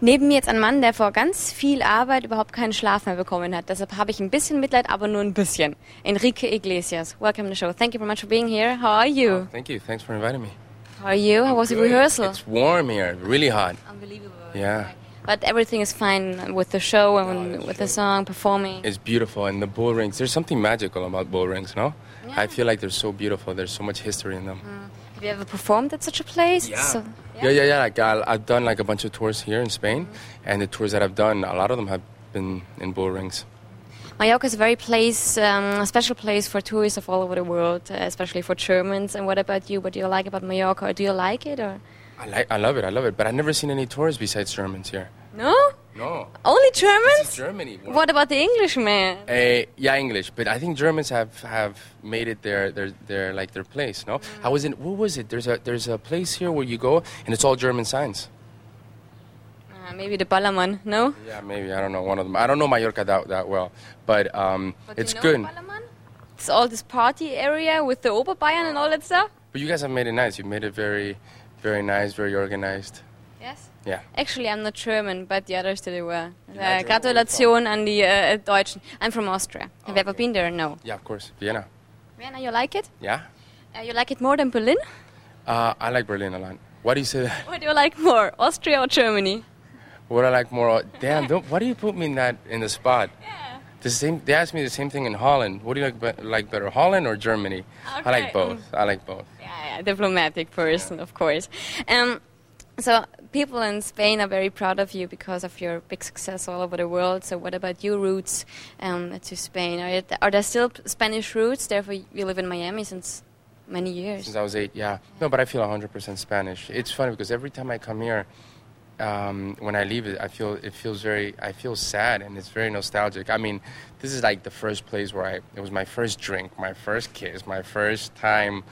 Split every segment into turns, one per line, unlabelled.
neben mir jetzt ein Mann, der vor ganz viel Arbeit überhaupt keinen Schlaf mehr bekommen hat. Deshalb habe ich ein bisschen Mitleid, aber nur ein bisschen. Enrique Iglesias, welcome to the show. Thank you very much for being here. How are you?
Oh, Thank you. Thanks for inviting me.
How are you? How Oh, was the rehearsal?
It's warm here, really hot.
Unbelievable.
Yeah.
But everything is fine with the show and with the song, performing.
It's beautiful, and the bull rings. There's something magical about bull rings, no? I feel like they're so beautiful. There's so much history in them.
Have you ever performed at such a place?
Yeah.
Mm. So-
yeah, yeah, yeah. Like I, I've done like a bunch of tours here in Spain,
Mm-hmm.
and the tours that I've done, a lot of them have been in bull rings.
Mallorca is a very place, um, a special place for tourists of all over the world, uh, especially for Germans. And what about you? What do you like about Mallorca? Or do you like it or
I like, I love it, I love it. But I've never seen any tours besides Germans here.
no?
No,
Only
this is
Germans?
Germany.
What about the Englishman?
Uh, yeah, English, but I think Germans have, have made it their, their, their like their place. No, I was in what was it? There's a there's a place here where you go and it's all German signs.
Uh, maybe the Ballermann? No.
Yeah, maybe I don't know one of them. I don't know Mallorca that, that well, but um,
But do
it's
you know
good.
Ballermann? It's all this party area with the Oberbayern and all that stuff.
But you guys have made it nice. You've made it very, very nice, very organized.
Yes.
Yeah.
Actually, I'm not German, but the others did it well.
Yeah,
Uh,
German were
Gratulation an die uh, Deutschen. I'm from Austria. Have you ever
okay.
been there? No.
Yeah, of course, Vienna.
Vienna, you like it?
Yeah.
Uh, you like it more than Berlin?
Uh, I like Berlin a lot. Why do you say that?
What do you like more, Austria or Germany?
What I like more? Damn, don't, why do you put me in that in the spot? Yeah. The same. They asked me the same thing in Holland. What do you like, be, like better, Holland or Germany? I
Okay.
like both. I like both.
Yeah, yeah, diplomatic person, of course. Um, so people in Spain are very proud of you because of your big success all over the world. So what about your roots um, to Spain? Are, it, are there still Spanish roots? Therefore, you live in Miami since many years.
Since I was eight, yeah. No, but I feel 100% Spanish. It's funny because every time I come here, um, when I leave it, I feel it feels very. I feel sad and it's very nostalgic. I mean, this is like the first place where I. It was my first drink, my first kiss, my first time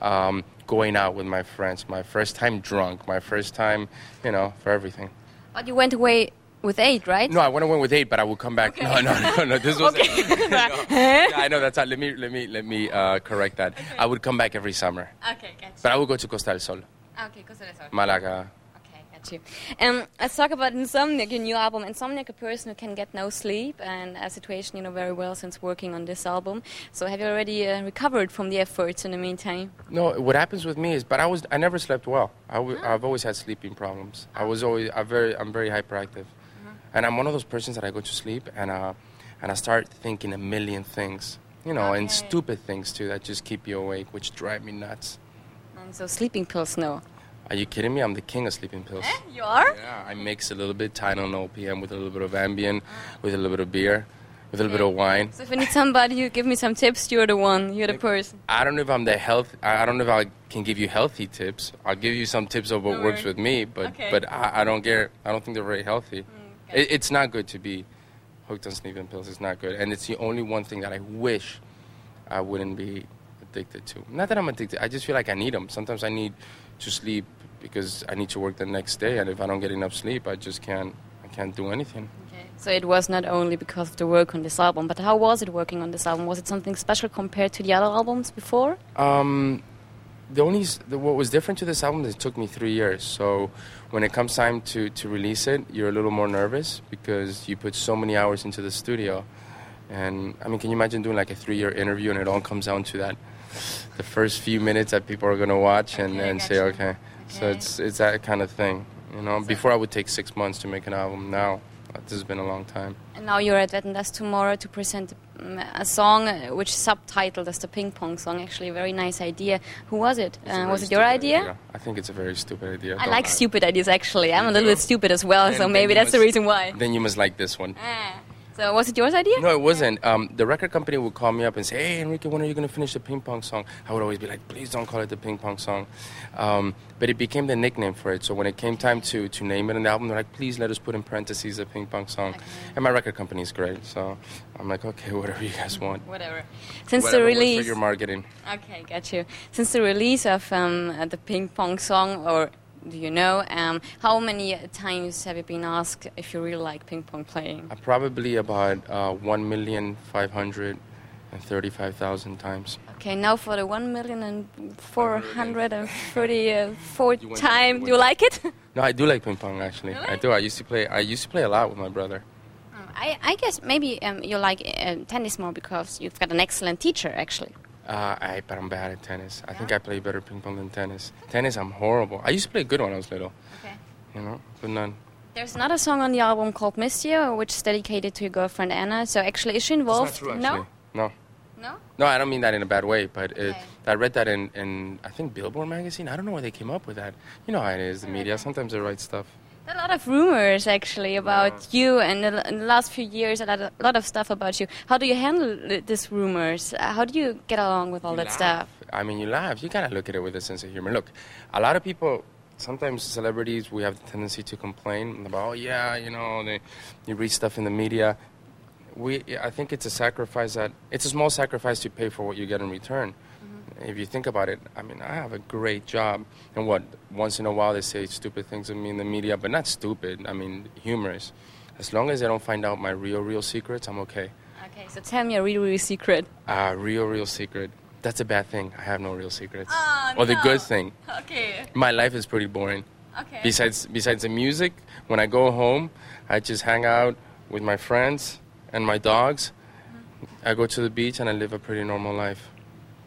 um, going out with my friends, my first time drunk, my first time, you know, for everything.
But you went away with eight, right?
No, I went away with eight, but I will come back. No, no, no, no. This was.
Okay.
yeah, I know that's not. Let me let me let me uh, correct that. I would come back every summer,
Okay, gotcha.
but I would go to Costa del Sol,
Okay, Costa del Sol.
Malaga.
Okay, got you. Um, let's talk about Insomniac, your new album. Insomniac, a person who can get no sleep, and a situation you know very well since working on this album. So, have you already uh, recovered from the efforts in the meantime?
No, what happens with me is, but I was I never slept well. I w-
Ah.
I've always had sleeping problems. I was always I very I'm very hyperactive,
Uh-huh.
and I'm one of those persons that I go to sleep and uh, and I start thinking a million things, you know, and
Okay.
stupid things too that just keep you awake, which drive me nuts.
And so, sleeping pills, no. Eh?
Are you kidding me? I'm the king of sleeping pills.
You are?
Yeah, I mix a little bit Tylenol PM with a little bit of Ambien, with a little bit of beer, with a little bit of wine.
So, if you need somebody who give me some tips, you're the one. You're the person.
I don't know if I'm the health. I I don't know if I can give you healthy tips. I'll give you some tips of what
Don't
works
worry.
with me, but
Okay.
but I, I don't get. I don't think they're very healthy. it, it's not good to be hooked on sleeping pills. It's not good, and it's the only one thing that I wish I wouldn't be addicted to. Not that I'm addicted. I just feel like I need them. Sometimes I need to sleep because I need to work the next day, and if I don't get enough sleep, I just can't. I can't do anything.
So it was not only because of the work on this album, but how was it working on this album? Was it something special compared to the other albums before?
Um, the only s- the, what was different to this album is it took me three years. So when it comes time to to release it, you're a little more nervous because you put so many hours into the studio. And I mean, can you imagine doing like a three-year interview and it all comes down to that, the first few minutes that people are gonna watch and,
Okay,
and say,
gotcha.
okay. So
Okay.
it's it's that kind of thing, you know. Before I would take six months to make an album. Now uh, this has been a long time.
And now you're at Wettendas tomorrow to present um, a song uh, which is subtitled as the ping pong song. Actually, a very nice idea. Who was it?
It's a
Uh,
very
was it your
stupid
idea?
I think it's a very stupid idea.
I
Don't
like stupid ideas actually. I'm a little
do.
bit stupid as well,
Then-
so
then
maybe
you
that's the
must-
reason why.
Then you must like this one.
Ah. So was it yours idea?
No, it wasn't. Um, the record company would call me up and say, "Hey, Enrique, when are you going to finish the ping pong song?" I would always be like, "Please don't call it the ping pong song," um, but it became the nickname for it. So when it came time to to name it on the album, they're like, "Please let us put in parentheses the ping pong song." And my record company is great, so I'm like, "Okay, whatever you guys want."
Whatever. Since
Whatever
the
works
release.
for your marketing.
Okay, got you. Since the release of um, uh, the ping pong song, or do you know, um, how many times have you been asked if you really like ping pong playing?
Uh, probably about uh, one million five hundred and thirty-five thousand times.
Okay, now for the one million and four hundred and thirty-four
You went-
time,
you
do you
went-
like it?
No, I do like ping pong actually. I do. I used to play. I used to play a lot with my brother.
Um, I, I guess maybe um, you like uh, tennis more because you've got an excellent teacher, actually.
Uh, I but I'm bad at tennis. I think I play better ping pong than tennis. Tennis, I'm horrible. I used to play good when I was little.
Okay.
You know, but none.
There's another song on the album called Miss You, which is dedicated to your girlfriend Anna. So actually, is she involved? no,
No.
no.
No, I don't mean that in a bad way, but it,
Okay.
I read that in, in, I think, Billboard magazine. I don't know where they came up with that. You know how it is, the media. Sometimes they write stuff.
There are a lot of rumors actually about you, and the- in the last few years, a lot, of, lot of stuff about you. How do you handle th- these rumors? Uh, How do you get along with all that
laugh.
stuff?
I mean, you laugh. You gotta look at it with a sense of humor. Look, a lot of people, sometimes celebrities, we have the tendency to complain about, oh yeah, you know, they, you read stuff in the media. We, I think it's a sacrifice that it's a small sacrifice to pay for what you get in return. If you think about it, I mean, I have a great job, and what once in a while they say stupid things of me in the media, but not stupid. I mean, humorous. As long as they don't find out my real, real secrets, I'm okay.
Okay, so tell me a real, real secret.
Uh, real, real secret. That's a bad thing. I have no real secrets.
Ah,
or the
no.
good thing.
Okay,
My life is pretty boring.
okay.
Besides, besides the music, when I go home, I just hang out with my friends and my dogs.
Mm-hmm.
I go to the beach and I live a pretty normal life.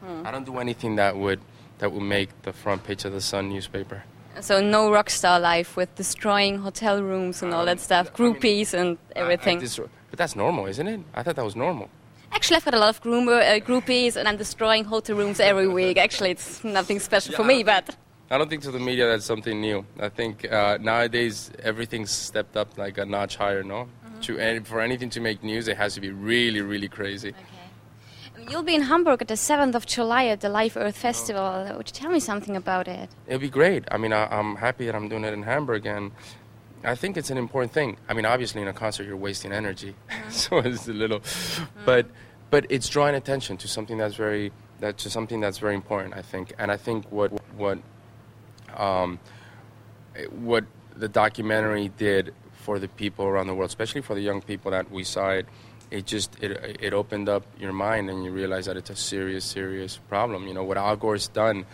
Hmm.
I don't do anything that would that would make the front page of the Sun newspaper.
So no rock star life with destroying hotel rooms and all
Um,
that stuff,
I mean,
groupies and
I- I
everything.
disro- but that's normal, isn't it? I thought that was normal.
Actually, I've got a lot of groomer, uh, groupies, and I'm destroying hotel rooms every week. Actually, it's nothing special for me, but
I don't think to the media that's something new. I think uh, nowadays everything's stepped up like a notch higher, no? To and for anything to make news, it has to be really, really crazy.
Okay. Um, You'll be in Hamburg at the 7th of July at the Live Earth
Oh.
Festival. Would you tell me something about it?
It'll be great. I mean, I, I'm happy that I'm doing it in Hamburg, and I think it's an important thing. I mean, obviously, in a concert, you're wasting energy, so it's a little, but but it's drawing attention to something that's very that to something that's very important. I think, and I think what what um, eh, what the documentary did for the people around the world, especially for the young people that we saw it, it just it it opened up your mind and you realize that it's a serious, serious problem. You know what Al Gore's done.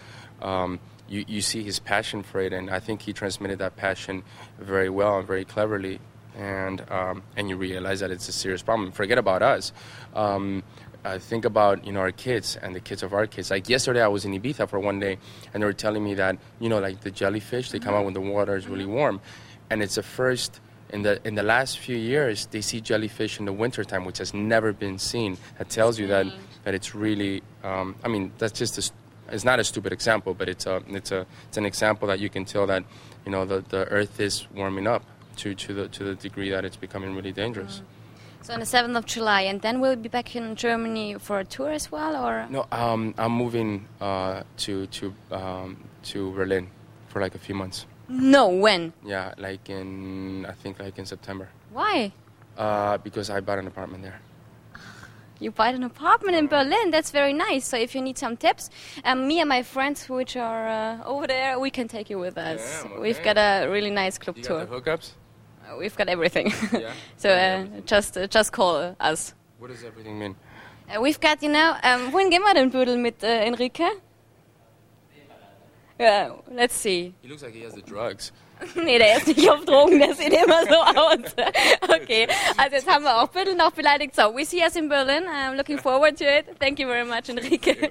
Um, you, you see his passion for it, and I think he transmitted that passion very well and very cleverly. And um, and you realize that it's a serious problem. Forget about us. Um, I think about you know our kids and the kids of our kids. Like yesterday, I was in Ibiza for one day, and they were telling me that you know like the jellyfish, they come out when the water is really warm, and it's the first in the in the last few years they see jellyfish in the wintertime, which has never been seen. That tells you that that it's really. Um, I mean, that's just a, st- it's not a stupid example, but it's a it's a it's an example that you can tell that you know the, the Earth is warming up to to the to the degree that it's becoming really dangerous.
So on the 7th of July, and then we'll be back in Germany for a tour as well, or?
No, um, I'm moving uh, to to um, to Berlin for like a few months.
No, when?
Yeah, like in I think like in September,
Why?
uh, because I bought an apartment there.
You buy an apartment in Berlin. That's very nice. So if you need some tips, um, me and my friends, which are uh, over there, we can take you with us.
Damn,
We've
okay.
got a really nice club
You
tour.
got the hookups?
Uh, We've got everything.
Yeah.
so
Yeah,
uh,
everything.
just uh, just call uh, us.
What does everything mean?
Äh, We've got, you know, ähm, wohin gehen wir denn Büdeln mit äh, Enrique? Ja, let's see.
He looks like he has the drugs.
nee, der ist nicht auf Drogen, der sieht immer so aus. okay, also jetzt haben wir auch Büdeln noch beleidigt. So, we see us in Berlin. I'm looking forward to it. Thank you very much, Enrique.